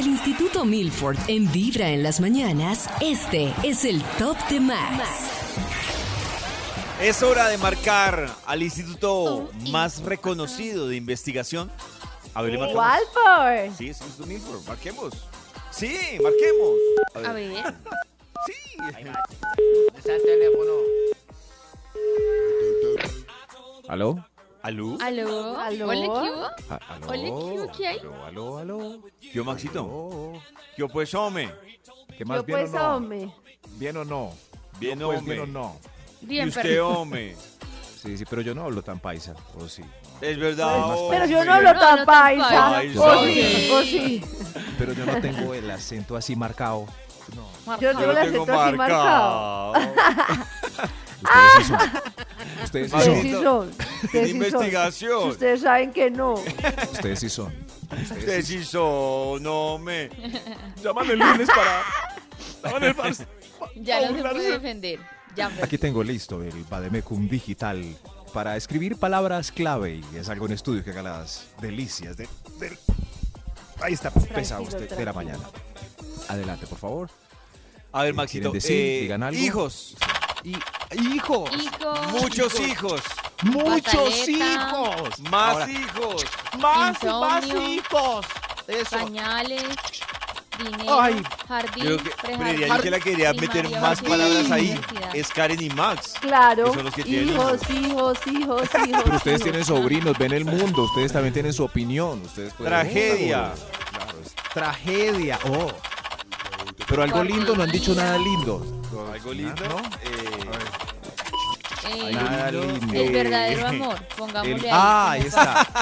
el Instituto Milford, en Vibra en las mañanas, este es el Top de Max. Es hora de marcar al instituto más reconocido de investigación. A ver, le marcamos. Walford. Sí, es Instituto Milford. Marquemos. Sí, marquemos. A ver. A ver. Sí. Está el teléfono. ¿Aló? ¿Aló? ¿Aló? ¿Aló? ¿Hola, qué hubo? Ah, Ole, ¿qué- qué hay? ¿Aló, aló, aló? Yo, Maxito. Aló. Yo, pues, hombre. ¿Qué más Yo bien pues, o no? hombre. ¿Bien o no? Bien, Yo, pues, hombre. ¿Bien o no? Y Bien, usted, pero- hombre. Sí, sí, pero yo no hablo tan paisa. ¿O sí? Es verdad. Pero yo hombre. no hablo No, tan no tan paisa. paisa. O sí, o sí. Pero yo no tengo el acento así marcado. Yo tengo Yo el tengo acento así marcado. marcado. Ustedes sí Ustedes son. Ustedes sí Maxito, sí son. son. Ustedes sí son. Si investigación. ustedes saben que no. Ustedes sí son. Usted sí son, hombre. Llámame el lunes para... Ya no se puede defender. Ya, hombre. Aquí tengo listo el Bademecum Digital para escribir palabras clave y es algo en estudio que haga las delicias de... del- Ahí está, pesa Tranquilo, usted de la tranquilo. mañana. Adelante, por favor. A ver, ¿Quieren Maxito. decir? eh, ¿Digan algo? Hijos. Y, ¡Hijos! Hijo, Muchos hijos. ¡Muchos Pataleta. hijos! Más Ahora, hijos. ¡Más, insomnio. más hijos! Eso. pañales, dinero, Ay. jardín, Yo creo que, prejardín, Brian, que la quería primaria, meter más universidad. palabras ahí Universidad. es Karen y Max. Claro. Que son los que tienen Hijos, hijos, hijos, hijos. Pero ustedes hijos. tienen sobrinos, ven el mundo, ustedes también tienen su opinión. Ustedes pueden- Tragedia. Claro, es tragedia. Oh. Pero algo lindo, no han dicho nada lindo. Algo lindo. ¿No? eh, eh, Nada lindo. el verdadero amor, pongámosle El- ahí. ah, ahí como- está.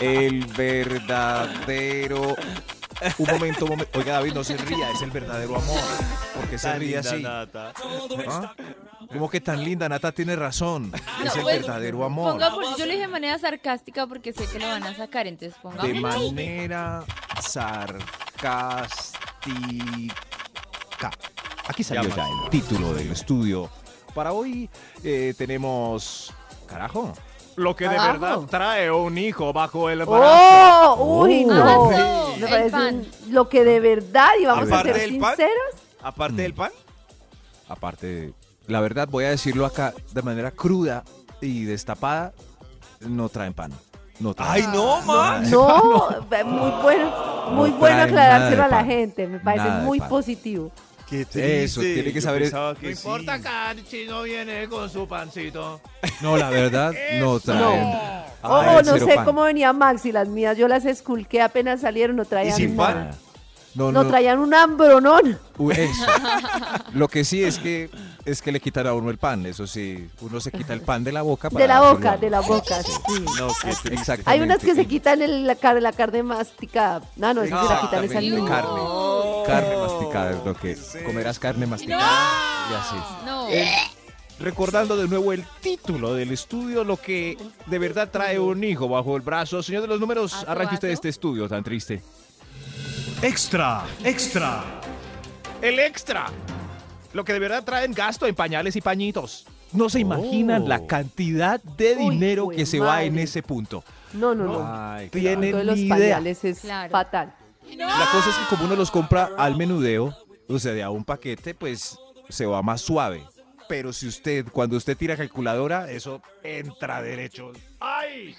El verdadero. Un momento, un momento. Oiga, David, no se ría, es el verdadero amor. ¿Por qué se tan ríe linda así? nata. ¿Ah? ¿Cómo que tan linda? Nata tiene razón. No, es el pues, verdadero amor. Pongamos, pues, yo lo dije de manera sarcástica porque sé que lo van a sacar, entonces De pongamos. manera sarcástica. Aquí salió Ya, ya el título del estudio. Para hoy eh, tenemos. Carajo. Lo que de Carajo. verdad trae un hijo bajo el ¡Oh! ¡Uy, Oh. no! Abrazo, Me el parece pan. un- lo que de verdad, y vamos a Aparte ser del pan. sinceros, Aparte Mm. del pan, Aparte, la verdad, voy a decirlo acá de manera cruda y destapada: no traen pan. No traen. Ay, no, Max. no, muy bueno, muy No bueno traen aclarárselo a nada de la pan. gente, me parece Nada de muy pan. positivo. qué Eso, triste, tiene yo que saber- pensaba que No sí. importa que el chino viene con su pancito. No, la verdad, no traen. O, Ay, o no cero sé pan. cómo venía Max y las mías, yo las esculqué apenas salieron, no traían sin nada. pan? No, No, no, traían un hambronón. Uy, eso. Lo que sí es que es que le quitan a uno el pan, eso sí, uno se quita el pan de la boca. De la boca, de la boca, sí. No, que exactamente. Hay unas que se Y quitan el- la, car- la carne masticada. No, no, eso sí la quitan esa Exactamente, niña. carne, Ah, carne masticada es lo ¿qué que es comerás carne masticada y así. No, Eh, recordando de nuevo el título del estudio, lo que de verdad trae un hijo bajo el brazo. Señor de los números, Aso, arranque usted aso. este estudio tan triste. Extra, extra, El extra. Lo que de verdad traen gasto en pañales y pañitos. No se imaginan Oh. la cantidad de Uy, dinero jue que se va en madre. ese punto. No, no, no. Tienen Lo de los ni Ah, idea. pañales es Claro. fatal. La cosa es que como uno los compra al menudeo, o sea, de a un paquete, pues se va más suave. Pero si usted, cuando usted tira calculadora, eso entra derecho. ¡Ay!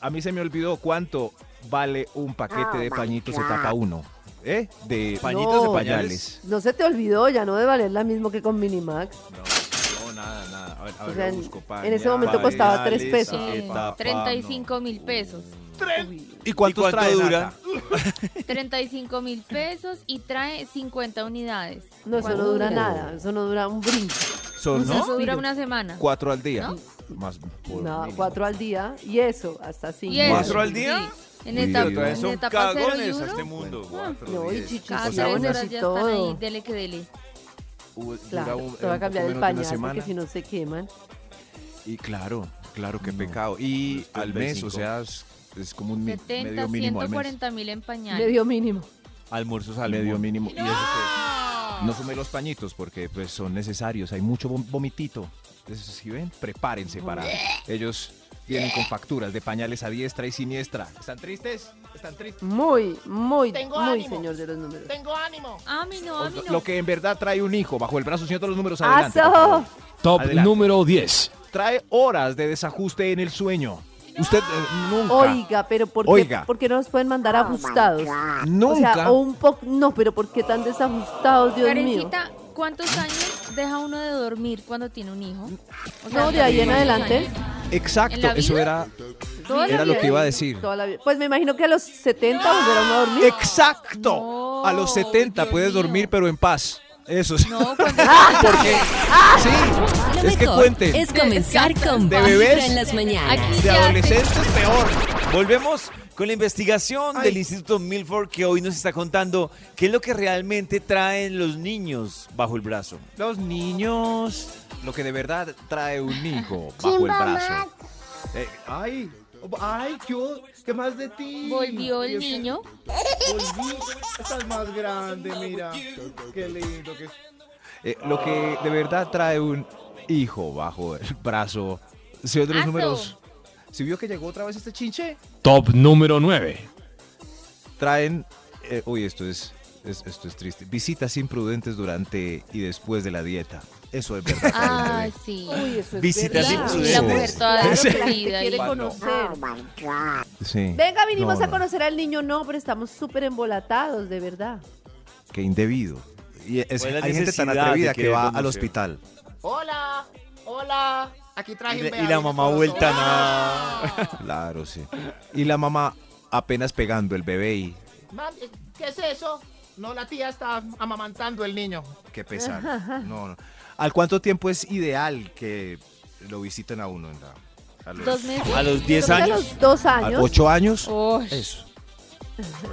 A mí se me olvidó cuánto vale un paquete Ah, de pañitos etapa 1. ¿Eh? De Pañitos de no, pañales. No se te olvidó, ya no de valer la mismo que con Minimax. No, nada, nada. A ver, a O ver, sea, lo busco. en- en ese momento costaba tres Pañales, pesos. Eh, etapa, 35 mil pesos. Uy. ¿Y cuántos cuánto trae dura? Nata? 35 mil pesos y trae 50 unidades. No, eso no ¿Cuánto dura dura? nada, eso no dura un brinco. Son ¿No? Eso dura una semana. cuatro al día. ¿No? Más por No, mínimo. cuatro al día y eso, hasta cinco. Y eso, ¿Cuatro al día? sí. En Uy, etapa, pero traen en Son etapa cero y cagones a uno, este mundo. Cuatro, No, y diez. cada O sea, tres chichis. una- horas y ya todo. están ahí, dele que dele. u- dura Claro, un- eh, te va un a cambiar poco el menos de una pañal porque semana. si no se queman. Y claro, claro, qué pecado. Y al mes, o 35. sea, es, es como un mi- 70, medio mínimo al mes. 140 mil en pañales. Medio mínimo. Almuerzos al Medio mundo. mínimo. Y eso que no sumé los pañitos porque pues son necesarios. Hay mucho vom- vomitito. Entonces, si ven, prepárense para... Ellos vienen con facturas de pañales a diestra y siniestra. ¿Están tristes? ¿Están tristes? Muy, muy, Tengo muy ánimo. señor de los números. Tengo ánimo. A mí Ah, no, a mí no. Lo que en verdad trae un hijo bajo el brazo, siento los números adelante. por favor. ¡Aso! Top Adelante. número 10. Trae horas de desajuste en el sueño. Usted eh, nunca... Oiga, pero ¿por qué, Oiga. ¿por qué no nos pueden mandar Oh ajustados? O Nunca. sea, o un poco. No, pero ¿por qué tan desajustados, Dios mío? Karencita, ¿cuántos años deja uno de dormir cuando tiene un hijo? O sea, No, de ahí en ¿cuántos adelante. años? Exacto, ¿En la eso vida? era... Toda la Era lo vida. que iba a decir. Toda la vida. Pues me imagino que a los 70 volverá uno a dormir. Exacto. No, a los 70 Dios puedes mío. dormir pero en paz. Eso sí. No, cuando Porque Ah. sí, Lo es que mejor cuenten. es comenzar con ¿De Vibra bebés? en las mañanas. aquí de se hace. adolescentes peor. Volvemos con la investigación del Instituto Milford que hoy nos está contando qué es lo que realmente traen los niños bajo el brazo. Los niños, lo que de verdad trae un hijo bajo el brazo. Eh, ay, ay, ¿qué, hubo? ¿Qué más de ti? Volvió el niño. Volví, estás más grande, mira. Qué lindo que es. Eh, lo que de verdad trae un hijo bajo el brazo. Señor de los Aso. números. ¿Si vio que llegó otra vez este chinche? Top número 9. traen, eh, uy, esto es, es- esto es triste, visitas imprudentes durante y después de la dieta. Eso es verdad. trae un Ah, bebé. sí. Uy, eso es Visitas verdad. imprudentes. La mujer toda Claro que la gente destruida. quiere y- Pano. conocer. Sí. Venga, vinimos No, a no, conocer al niño, no, pero estamos súper embolatados, de verdad. Qué indebido. Y es- ¿Cuál es la hay gente tan necesidad de atrevida que querer va al conocer? hospital. Hola, hola. Aquí traje Y un la- y la pedacito mamá de vuelta sopa. nada. Claro, sí. Y la mamá apenas pegando el bebé y Mami, eh, ¿qué es eso? No, la tía está amamantando el niño. qué pesar. No, no. ¿Al cuánto tiempo es ideal que lo visiten a uno? En la, a los- Dos meses. A los 10 Creo que a años, los dos ¿A años. ¿Ocho años? Uy, Eso.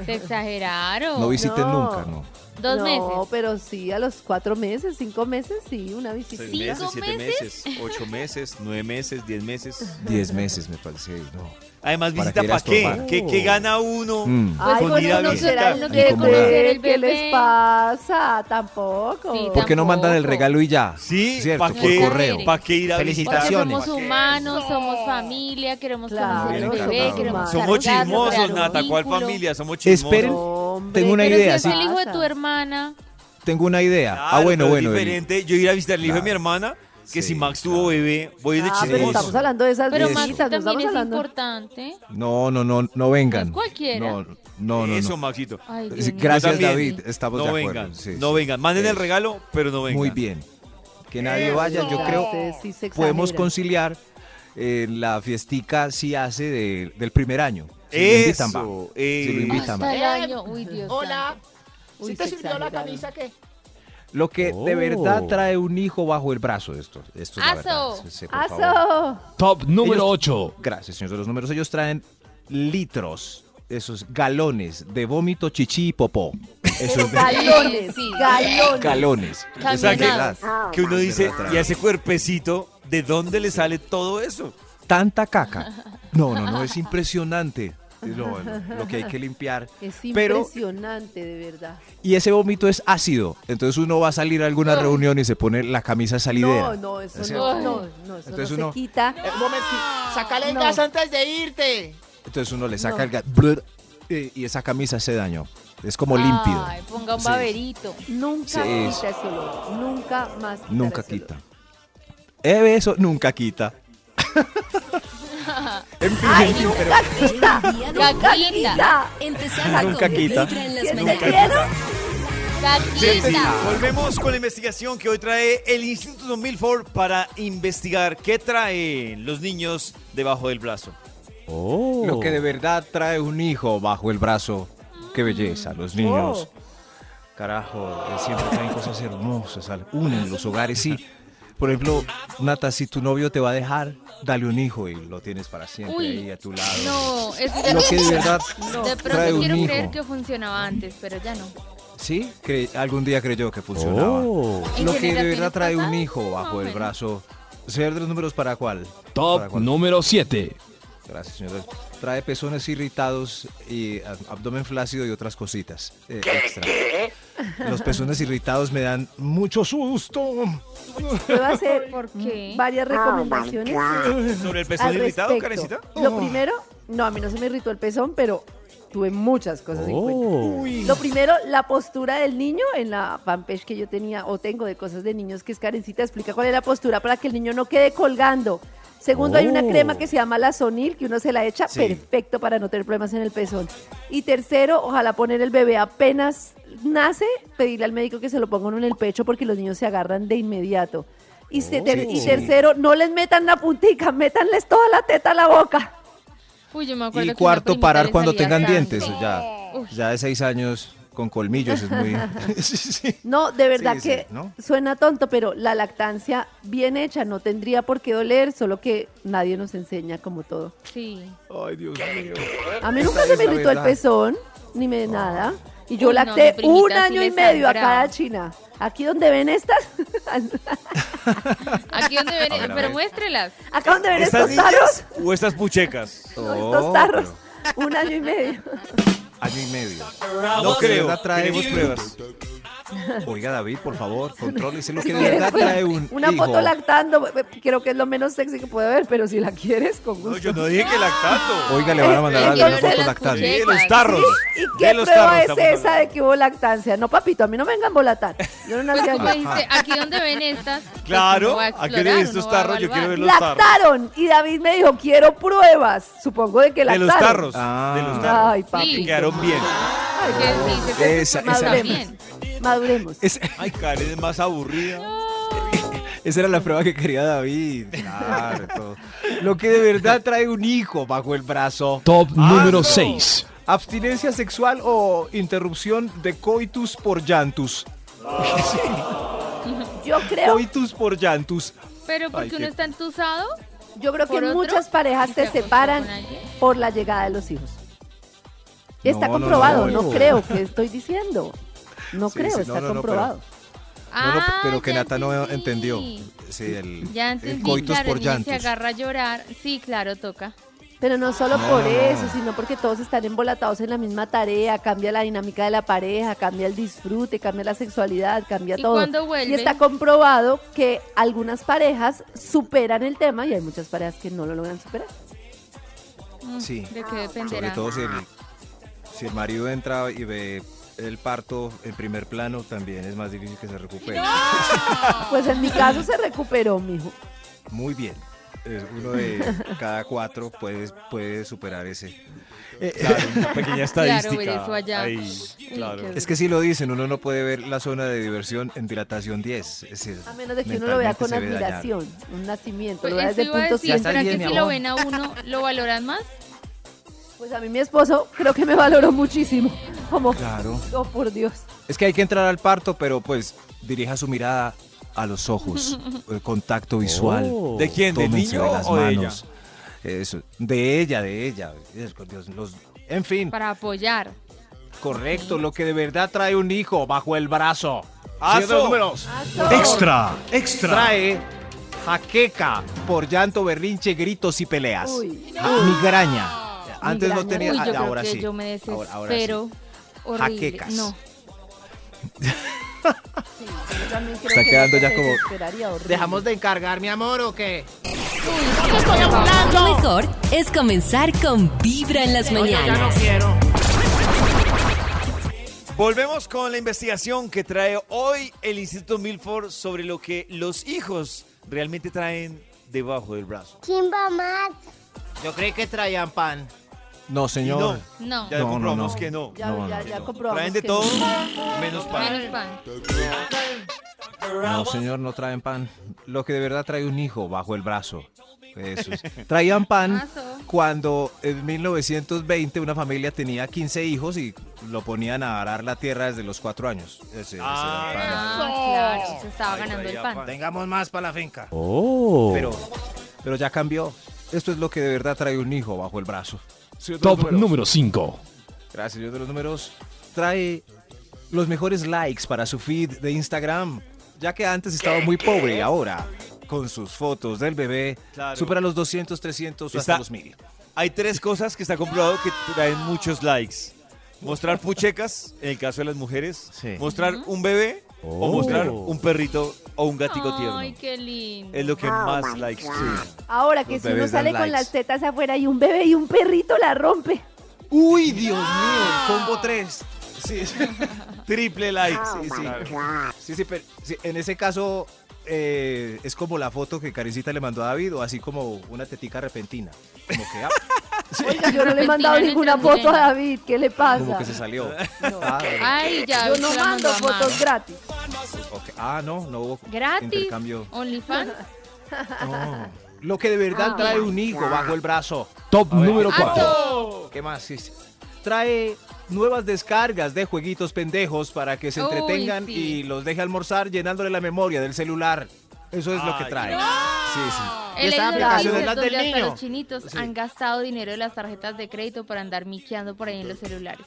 se exageraron. No visiten No. nunca, no. Dos no, meses. pero sí, a los cuatro meses, cinco meses, sí, una visita. seis ¿Cinco meses, siete meses? meses? ocho meses, nueve meses, diez meses. Diez meses me parece. No. Además, Para visita que ir a para qué? estorbar. ¿Qué, qué gana uno? Mm. Ay, Con Pues con ir a eso no visitar. será, no quiere Incomodar. conocer el ¿Qué ¿Qué les bebé? pasa? Tampoco. Sí, ¿Por qué no mandan el Tampoco. regalo y ya? Sí, Cierto, ¿para por qué? correo. ¿Para qué ir a Porque visitar? Felicitaciones. somos humanos, somos familia, queremos Claro, conocer un somos bebé, humanos. queremos Somos cargarlo, chismosos, crear un Nata. ¿Cuál vínculo. familia? Somos chismosos. Esperen. Hombre, Tengo una Pero idea, si es sí. el hijo de Ah, tu hermana, Tengo una idea. Claro, ah, bueno, pero bueno. Es el- diferente. Yo ir a visitar al hijo de mi Claro. hermana, que Sí, si Max claro. tuvo bebé, voy de Ah, chismoso. pero estamos hablando de esas pero Eso. Maxi visitas, no también estamos es hablando. importante. No, no, no, no vengan. Pues cualquiera. No, no, no. Eso, no. Maxito. Ah. Ay, Dios Sí, mío. Gracias, Yo también. David. Estamos no de acuerdo. vengan, sí, no sí. vengan. Manden el Eso. regalo, pero no vengan. Muy bien. Que nadie vaya. Yo Ustedes creo sí se podemos exageran. conciliar eh, la fiestica si hace de- del primer año. Si lo Eso, invitan, va. Si lo eh. invitan, va. Hasta el Eh, año. Uy, Dios Hola. Uy, ¿Sí te se sirvió la exageraron. camisa que Lo que de verdad trae un hijo bajo el brazo. Esto, esto es la verdad. Aso. Sí, sí, por favor. ¡Aso! Top número Ellos- 8. Gracias, señor de los números. Ellos traen litros, esos galones de vómito, chichi y popó. Eso es verdad. Galones, Sí. galones. Galones. Caminados. Eso es verdad. Ah. Que uno dice, verdad. ¿y a ese cuerpecito de dónde le sale todo eso? Tanta caca. No, no, no, es impresionante. Lo, lo- lo que hay que limpiar. Es Pero- impresionante, de verdad. Y ese vómito es ácido. Entonces uno va a salir a alguna reunión y se pone la camisa No, salidera. no, eso ¿Es no, cierto? no, no, eso Entonces no uno- se quita. Eh, un momento, sacale el No. gas antes de irte. Entonces uno le saca No. el ga- blur, eh, y esa camisa hace daño. Es como límpido. Ay, ponga un Sí. baberito. Nunca Sí, eso. quita ese olor, nunca más quitará Nunca ese olor. quita. Eh, eso nunca quita. en fin, en fin, pero Llega el día de Caquita. Empezar Nunca con quita. Vibra en las ¿Qué te mañanas. vieron? Caquita. Volvemos con la investigación que hoy trae el Instituto Milford para investigar qué traen los niños debajo del brazo. lo Oh. que de verdad trae un hijo bajo el brazo. Qué belleza, los Oh. niños. Carajo, eh, siempre traen cosas hermosas. al- Unen los hogares, sí. Por ejemplo, Nata, si tu novio te va a dejar, dale un hijo y lo tienes para siempre Uy. ahí a tu lado. No, es Lo que de verdad De trae pronto un quiero hijo. creer que funcionaba antes, pero ya no. Sí, cre- algún día creyó que funcionaba. Oh. ¿En Lo que de generaciones verdad trae un pasadas? hijo Más bajo o el menos. brazo. Señor de los números, ¿para cuál? ¿Para Top cuál? número 7. Gracias, señor. Trae pezones irritados y ab- abdomen flácido y otras cositas. eh, extra. Los pezones irritados me dan mucho susto. Puedo hacer ¿Por qué? Ah, varias recomendaciones. ¿Sobre el al pezón irritado, respecto. Karencita? Lo primero, no, a mí no se me irritó el pezón, pero tuve muchas cosas Oh. en cuenta. Oh. Lo primero, la postura del niño en la fanpage que yo tenía o tengo de cosas de niños, que es Karencita, explica cuál es la postura para que el niño no quede colgando. Segundo, hay una Oh. crema que se llama la Sonil, que uno se la echa Sí. perfecto para no tener problemas en el pezón. Y tercero, ojalá poner el bebé apenas nace, pedirle al médico que se lo pongan en el pecho porque los niños se agarran de inmediato. Y, se- ter- y tercero, no les metan la puntica, métanles toda la teta a la boca. Uy, yo me acuerdo que Y una cuarto, primita parar le cuando salía tengan sangre. dientes. Ya, Uy. ya de seis años con colmillos es muy. Sí, sí. No, de verdad Sí, sí, que ¿no? suena tonto, pero la lactancia bien hecha no tendría por qué doler, solo que nadie nos enseña como todo. Sí. Ay, Dios mío. A mí nunca Esa se es me la irritó el verdad. pezón, ni me nada. Y yo Uy, no, mi lacté primita un sí año le y medio acá a sangraba. cada China. Aquí donde ven estas, Aquí donde ven, A ver, a pero ver. muéstrelas. acá donde ven ¿Estas estos niñas tarros, o estas puchecas? no, Oh, estos tarros, un año y medio. Año y medio. No creo. verdad trae- Tenemos pruebas. Oiga, David, por favor, contrólese lo que de ¿Quieres verdad trae un una hijo. foto lactando, creo que es lo menos sexy que puede haber, pero si la quieres, con gusto. No, yo no dije que lactato. Oiga, le van a mandar Yo a quiero una ver foto las lactando. cuchillas. De los tarros. ¿Y De qué los prueba tarros es estamos esa de hablando. que hubo lactancia? No, papito, a mí no me vengan volatar. Yo no Pues nací como allí. dijiste, aquí donde ven estas. pues, Claro, uno va a aquí explorar, ven estos uno va a tarros, yo quiero evaluar. ver los tarros. Lactaron. Y David me dijo, quiero pruebas. Supongo de que De lactaron. los tarros. Ah. De los tarros. Ay, papi. Que Sí. quedaron bien. Porque sí, se te Esa- escucha esa- también. Maduremos. Es- Ay, Karen es más aburrida. esa era la prueba que quería David. Claro, todo. Lo que de verdad trae un hijo bajo el brazo. Ah, Top número no. 6. Abstinencia sexual o interrupción de coitus por llantus. Yo creo, Coitus por llantus. Pero porque Ay, qué- uno está entusado. yo creo que ¿Por otro? muchas parejas ¿Y se se acostó separan con alguien? por la llegada de los hijos. Está No, no, no, comprobado, no, no. creo que estoy diciendo. No Sí, creo, sí, no, está no, no, comprobado. No, no, Ah, pero que ya Nata no entendí. entendió. Sí, el, Ya el entendí, coitus claro, por el niño se llantus. agarra a llorar. Sí, claro, toca. Pero no solo por no, eso, no. sino porque todos están embolatados en la misma tarea, cambia la dinámica de la pareja, cambia el disfrute, cambia la sexualidad, cambia ¿Y todo. cuándo vuelven? Y está comprobado que algunas parejas superan el tema y hay muchas parejas que no lo logran superar. Mm, Sí. ¿De qué dependerá? Sobre todo si el, si el marido entra y ve el parto en primer plano, también es más difícil que se recupere. Pues en mi caso se recuperó, mijo. Muy bien. Eh, Uno de cada cuatro puede, puede superar ese. Claro, una pequeña estadística. Claro, ver eso allá. Ahí, Uy, claro. qué- Es que si lo dicen, uno no puede ver la zona de diversión en dilatación 10. Es decir, A menos de que uno lo vea con mentalmente se ve dañado. admiración, un nacimiento, Pues lo vea eso desde el iba a punto decir, científico. ¿será bien, que mi si amor. lo ven a uno, lo valoran más? Pues a mí mi esposo creo que me valoró muchísimo. Como, Claro. oh por Dios. Es que hay que entrar al parto, pero pues dirija su mirada a los ojos, el contacto visual. ¿De quién? ¿Del Tómense niño las o de ella? manos. Eso, de ella, de ella. Dios, por Dios, los- en fin, Para apoyar. correcto, lo que de verdad trae un hijo bajo el brazo. ¡Aso! Señor de los números. Extra, extra. Trae jaqueca por llanto, berrinche, gritos y peleas. Ah, Uy. Migraña. Antes no Migraña. tenía, Ah. ah, Uy, yo creo ahora que sí. yo me Ahora- desespero. ahora sí. Horrible. Jaquecas. No. Yo también creo Está que quedando eso ya se como- desesperaría horrible. ¿Dejamos de encargar, mi amor, o qué? Lo mejor es comenzar con Vibra en las No, yo ya no mañanas. quiero. Volvemos con la investigación que trae hoy el Instituto Milford sobre lo que los hijos realmente traen debajo del brazo. Yo creí que traían pan. No, Y señor. no, No. ya No, no, comprobamos no. que no. Ya, No, ya, no, ya no. comprobamos Traen de que todo no. menos para. Menos pan. No, señor, no traen pan. Lo que de verdad trae un hijo bajo el brazo. Eso es. Traían pan Brazo. cuando en 1920 una familia tenía 15 hijos y lo ponían a arar la tierra desde los 4 años. Ese- ese era Ah, el pan. Ah, claro. Se estaba Ahí ganando el traía pan. pan. Tengamos más para la finca. Oh. Pero, pero ya cambió. Esto es lo que de verdad trae un hijo bajo el brazo. Señor de los Top número 5. Gracias, señor de los números. Trae los mejores likes para su feed de Instagram, ya que antes estaba muy pobre y ahora, con sus fotos del bebé, Claro. supera los 200, 300 o Está- hasta los 1000. Hay tres cosas que está comprobado que traen muchos likes. Mostrar puchecas, en el caso de las mujeres. Sí. Mostrar un bebé o mostrar un perrito o un gatico Ay, tierno. qué lindo. Es lo que más likes tiene. Ahora que Los si uno bebés dan sale con likes. las tetas afuera y un bebé y un perrito la rompe. ¡Uy, Dios mío! Combo 3. Sí, sí, Triple likes. sí. Sí, sí, pero sí, en ese caso eh, es como la foto que Karencita le mandó a David o así como una tetica repentina. Como que, ah, Oiga, yo no le he Repentinamente mandado ninguna foto a transgénero. David. ¿Qué le como pasa? que se salió. Ah, bueno, Ay, ya. Yo se no la mando mandó a Maru. fotos gratis. ok. Ah, no, no hubo Gratis. intercambio. OnlyFans. No. Lo que de verdad Ah. trae un higo bajo el brazo. Top A ver, Ah, número ¿qué más? 4. ¿Qué más? Sí, sí. Trae nuevas descargas de jueguitos pendejos para que se Uy, entretengan sí. y los deje almorzar llenándole la memoria del celular. Eso es lo que Ay, trae. no. Sí, sí. El esa aplicación es la del donde hasta niño. los chinitos han gastado dinero de las tarjetas de crédito para andar miqueando por ahí en los celulares.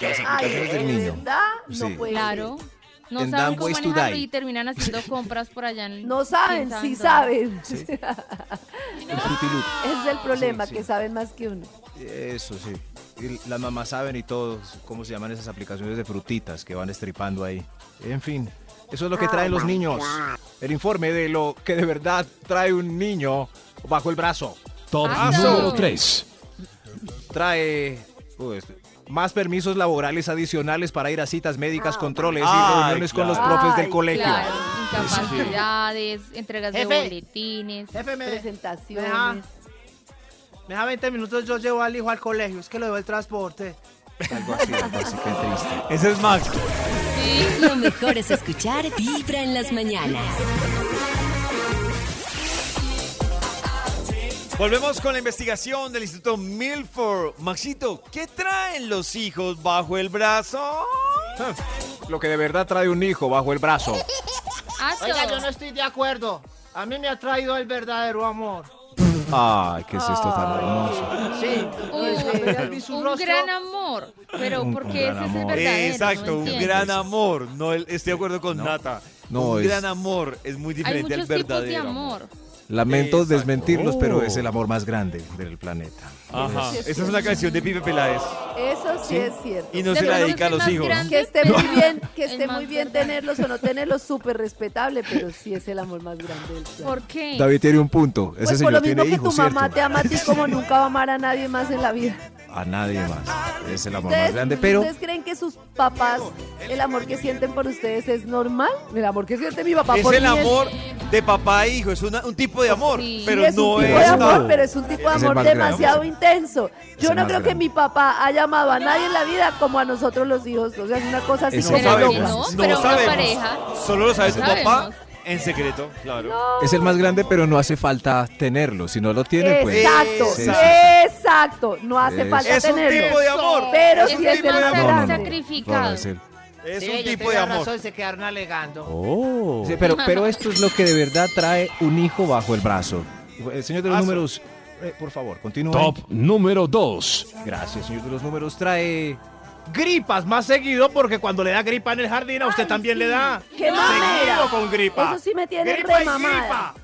Las Ay, aplicaciones del ¿de niño. verdad? Sí. No puede Claro. ser. No En saben Dan cómo Ways to manejarlo Die. y terminan haciendo compras por allá. En, No quién saben, sabe sí dónde. saben. Sí. Ese El Fruity Loop. es el problema, sí. que saben más que uno. Eso sí. Y las mamás saben y todos cómo se llaman esas aplicaciones de frutitas que van estripando ahí. En fin, eso es lo que traen los niños. El informe de lo que de verdad trae un niño bajo el brazo. Top Ah, número no. 3. Trae pues, más permisos laborales adicionales para ir a citas médicas, controles y Ay, reuniones con los claro. profes del Ay, colegio. Claro, incapacidades, entregas de Jefe. boletines. Jefe, me, de- Presentaciones. Me deja 20 minutos, yo llevo al hijo al colegio. Es que lo llevo el transporte. Algo así, algo así, qué triste. Ese es Max. Lo mejor es escuchar Vibra en las mañanas. Volvemos con la investigación del Instituto Milford. Maxito, ¿qué traen los hijos bajo el brazo? Lo que de verdad trae un hijo bajo el brazo. Aso. Oiga, yo no estoy de acuerdo. A mí me ha traído el verdadero amor. Ay, qué es esto tan hermoso. Sí. Pues, Uy, Apenas vi su un rostro. gran amor, pero Un- un porque ese gran es el amor. verdadero. Exacto, no un entiendo. gran amor. No, el- estoy de acuerdo con Nata. No, un es- gran amor es muy Hay diferente al muchos tipos de verdadero amor. Lamento Exacto. desmentirlos, pero es el amor más grande del planeta. Ajá. Sí, sí, Esa es una canción de Pipe Peláez Eso sí, es cierto. y no De se la pronto dedica a es los más hijos. grande, Que esté muy pero- bien, que El esté más muy bien verdadero. tenerlos o no tenerlos, súper respetable, pero sí es el amor más grande del planeta. ¿Por qué? David tiene un punto. Ese Pues por señor lo mismo tiene que hijos, tu mamá ¿cierto? te ama a ti como nunca va a amar a nadie más en la vida. A nadie más. Es el amor más ¿Ustedes, grande, pero ¿Ustedes creen que sus papás, el amor que sienten por ustedes es normal? El amor que siente mi papá Es por el mí amor de papá e hijo, es una- un tipo de amor, Sí, pero es no un es. tipo de amor, no. pero es un tipo de Es el amor más grande. demasiado intenso. Yo el no más creo que grande. mi papá haya amado a nadie en la vida como a nosotros los hijos. O sea, es una cosa así Eso como Pero sabemos. que loca. no, No pero una sabemos. pareja. Solo lo sabe tu Sabemos. papá en secreto, claro. es el más grande, pero no hace falta tenerlo. Si no lo tiene, pues. Exacto, Sí, sí, sí. exacto. No hace Es- falta Es un tenerlo. tipo de amor. Pero Es sí un es el tipo de más amor. No, no, no. grande. Sacrificado. No, no, es el- Es Sí, un yo tipo tenía de amor. razón, se quedaron alegando. Sí, pero, pero esto es lo que de verdad trae un hijo bajo el brazo. El señor de los Brazo. números, eh, por favor, continúa. Top número 2. Gracias, señor de los números. Trae. Gripas más seguido porque cuando le da gripa en el jardín a usted Ay, también sí. le da. ¡Qué mamera! Seguido con gripa. Eso sí me tiene gripa re y gripa. mamada.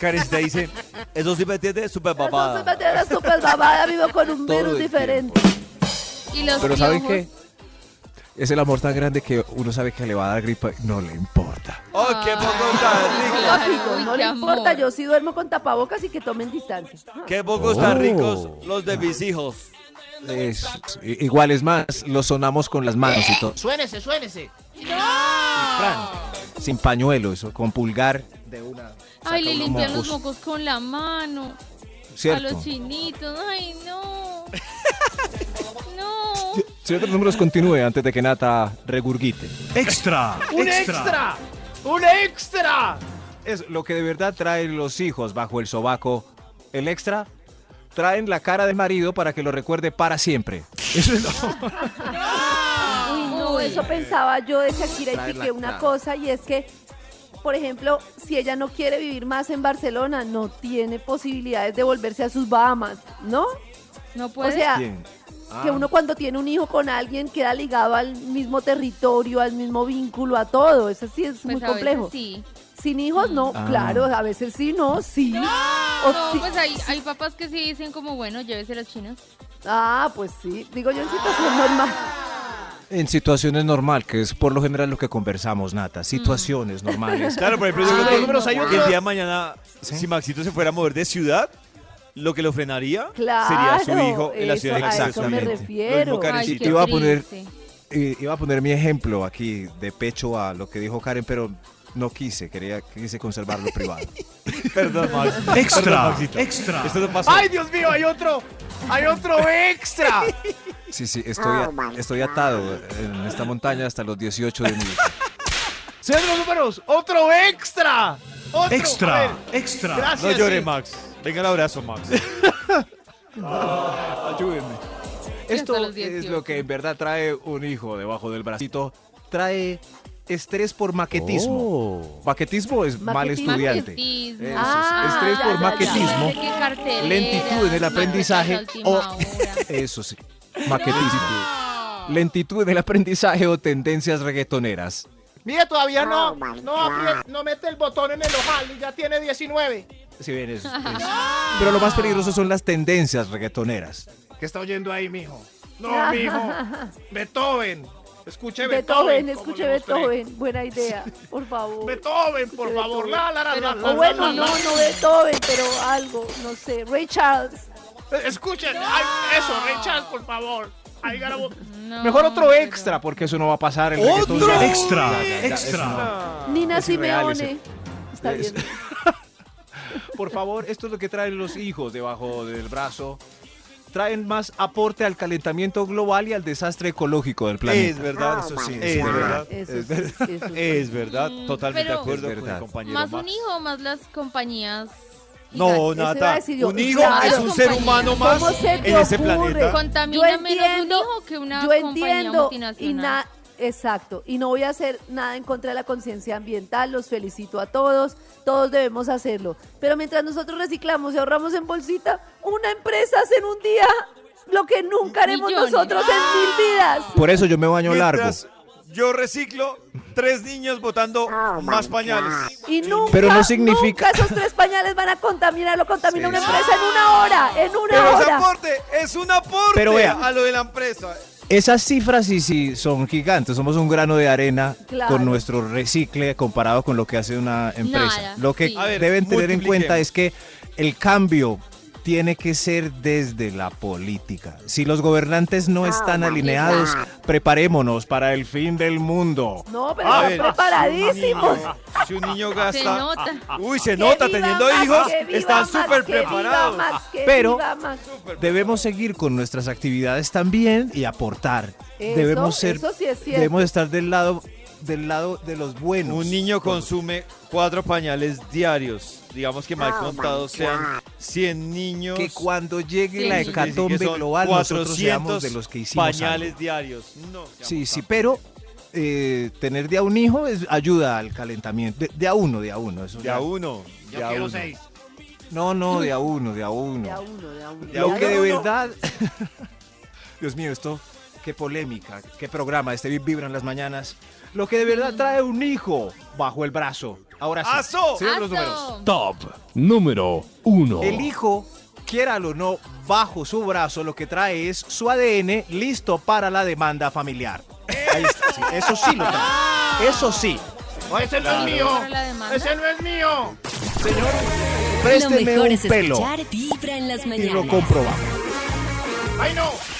Karencita Este dice, eso sí me tiene súper Eso sí me papá. tiene súper babada. Vivo con un Todo virus el diferente. Y los Pero ¿saben piojos. qué? Es el amor tan grande que uno sabe que le va a dar gripa y no le importa. ¡Oh, qué Ah. poco tan rico! Claro, Lógico, uy, no qué le amor. importa. Yo sí duermo con tapabocas y que tomen distancia. Ah. Qué pocos tan Oh. ricos los de mis hijos. Es- i- igual es más, lo sonamos con las manos y todo. Suénese, suénese. Sin pañuelo, eso, con pulgar de una. Ay, saca le unos limpian los mocos, mocos con la mano. A ¿Cierto? los chinitos. Ay, no. no. Señor de los números, continúe antes de que Nata regurgite. Extra. ¡Un Extra. extra! ¡Un extra! Es lo que de verdad traen los hijos bajo el sobaco. El extra, traen la cara del marido para que lo recuerde para siempre. Eso es lo- Uy, no, Uy. eso pensaba yo de Shakira y Trae la Piqué una cara. cosa y es que, por ejemplo, si ella no quiere vivir más en Barcelona, no tiene posibilidades de volverse a sus Bahamas, ¿no? No puede. O sea, Bien. que uno cuando tiene un hijo con alguien queda ligado al mismo territorio, al mismo vínculo, a todo. Eso sí es Pues muy a veces complejo. sí. Sin hijos, no, Ah. claro, a veces sí, no, sí. O sí- No, pues hay, hay papás que sí dicen como, bueno, llévese las chinas. Ah, pues sí. Digo yo en situación normal. En situaciones normal, que es por lo general lo que conversamos, Nata. Situaciones normales. Claro, por ejemplo, yo Ay, creo que- números, hay que otro- el día de mañana, si Maxito se fuera a mover de ciudad, lo que lo frenaría Claro. sería su hijo en la eso- ciudad en la a que eso se me actualmente. Lo exactamente. refiero. Karen, Ay, sí, qué te iba a poner- triste. Eh, iba a poner mi ejemplo aquí de pecho a lo que dijo Karen, pero no quise, quería quise conservarlo privado. Perdón, Max. Perdón, Extra. Maxito. Extra. Esto no pasó. ¡Ay, Dios mío! ¡Hay otro! ¡Hay otro extra! Sí, sí, estoy, a- estoy atado en esta montaña hasta los 18 de mi vida. ¡Señor de los números! ¡Otro extra! ¡Otro! A ver, Extra. Extra. gracias. no llore, sí. Max. Venga el abrazo, Max. Ayúdenme. hasta Esto los es 18. lo que en verdad trae un hijo debajo del bracito. Trae estrés por maquetismo. Oh. Maquetismo es mal Maquetismo. estudiante. Maquetismo. Eso es, Ah, estrés ya, por ya, ya. maquetismo. Qué carteleras, lentitud en el maquetas a aprendizaje última o- hora. Eso sí. Maquetismo. Lentitud en el aprendizaje o tendencias reggaetoneras. Mire, todavía no, no, apri- no mete el botón en el ojal y ya tiene 19. Si bien es- es- Pero lo más peligroso son las tendencias reggaetoneras. ¿Qué está oyendo ahí, mijo? No, mijo. Beethoven. Escuche Beethoven. Ah. Beethoven, como escuche le mostré. Beethoven. Buena idea, por favor. Beethoven, por Escuche favor. Beethoven. La, la, la, la, la, O bueno, la, no, la. no Beethoven, pero algo, no sé. Ray Charles. Eh, Escuchen. ay, eso, Richard, por favor. Ahí ganamos. No, Mejor otro E, pero- extra, porque eso no va a pasar. El reggaetón Otro ya- extra. Ya, ya, ya, eso no. Extra. Nina es irreal Simeone. Está bien. Por favor, esto es lo que traen los hijos debajo del brazo. Traen más aporte al calentamiento global y al desastre ecológico del Es planeta. verdad, eso Ah, sí. Es verdad. Eso sí, eso sí. Es verdad, Mm, totalmente de pero- acuerdo Es con el verdad. compañero. Más un Max. hijo, más las compañías. No, Eso iba a Nata. decir yo. Un hijo Claro. es un ser Compañía. humano más ¿Cómo se te en ese ocurre? planeta. Contamina Yo menos un entiendo- hijo que una Yo compañía entiendo y multinacional. nada. Exacto, y no voy a hacer nada en contra de la conciencia ambiental, los felicito a todos, todos debemos hacerlo. Pero mientras nosotros reciclamos y ahorramos en bolsita, una empresa hace en un día lo que nunca haremos Millones. ¡Ah! nosotros en mil vidas. Por eso yo me baño Mientras largo. yo reciclo tres niños botando Oh más pañales. Y nunca, Pero no significa- nunca esos tres pañales van a contaminar, lo contamina Sí, una sí. empresa en una hora, en una Pero ese hora. aporte es un aporte Pero vea. a lo de la empresa. Esas cifras sí, sí son gigantes. Somos un grano de arena Claro. con nuestro recicle comparado con lo que hace una empresa. Nada, lo que sí. A ver, deben tener en multipliquemos. cuenta es que el cambio tiene que ser desde la política. Si los gobernantes Ah, no están alineados, preparémonos para el fin del mundo. No, pero A están ver. preparadísimos. Si un niño Se gasta. Ah, nota. Uy, se ¡Que nota, viva teniendo Max, hijos, que viva están Max, súper que viva preparados. Max, que Pero- viva Max. Debemos seguir con nuestras actividades también y aportar. Eso, debemos ser, eso sí es cierto. debemos estar del lado, del lado de los buenos. Un niño consume cuatro pañales diarios. Digamos que Oh mal contados sean 100 niños. que cuando llegue Sí. la Eso quiere decir hecatombe que son global nosotros 400 seamos de los que hicimos pañales algo. diarios. No, seamos Sí, sí, tan- pero eh, tener de a un hijo es- ayuda al calentamiento. De, de a uno, de a uno. Eso De ya- a uno. Yo de a quiero uno. seis. No, no, de a uno, de a De a uno. uno, de a uno. De a Lo uno. que de verdad... Dios mío, esto, qué polémica, qué programa, este vibran las mañanas. Lo que de verdad trae un hijo bajo el brazo. Ahora sí. ¡Aso! Sí, los números. Aso. Top número 1. El hijo, quiéralo o no, bajo su brazo lo que trae es su ADN listo para la demanda familiar. Ahí está, sí, eso sí lo trae. Eso sí. No, ese no es Para la mío. demanda. Ese no es mío. Lo Présteme mejor un es pelo escuchar Vibra en las y lo mañanas. comprobamos. Ay, no.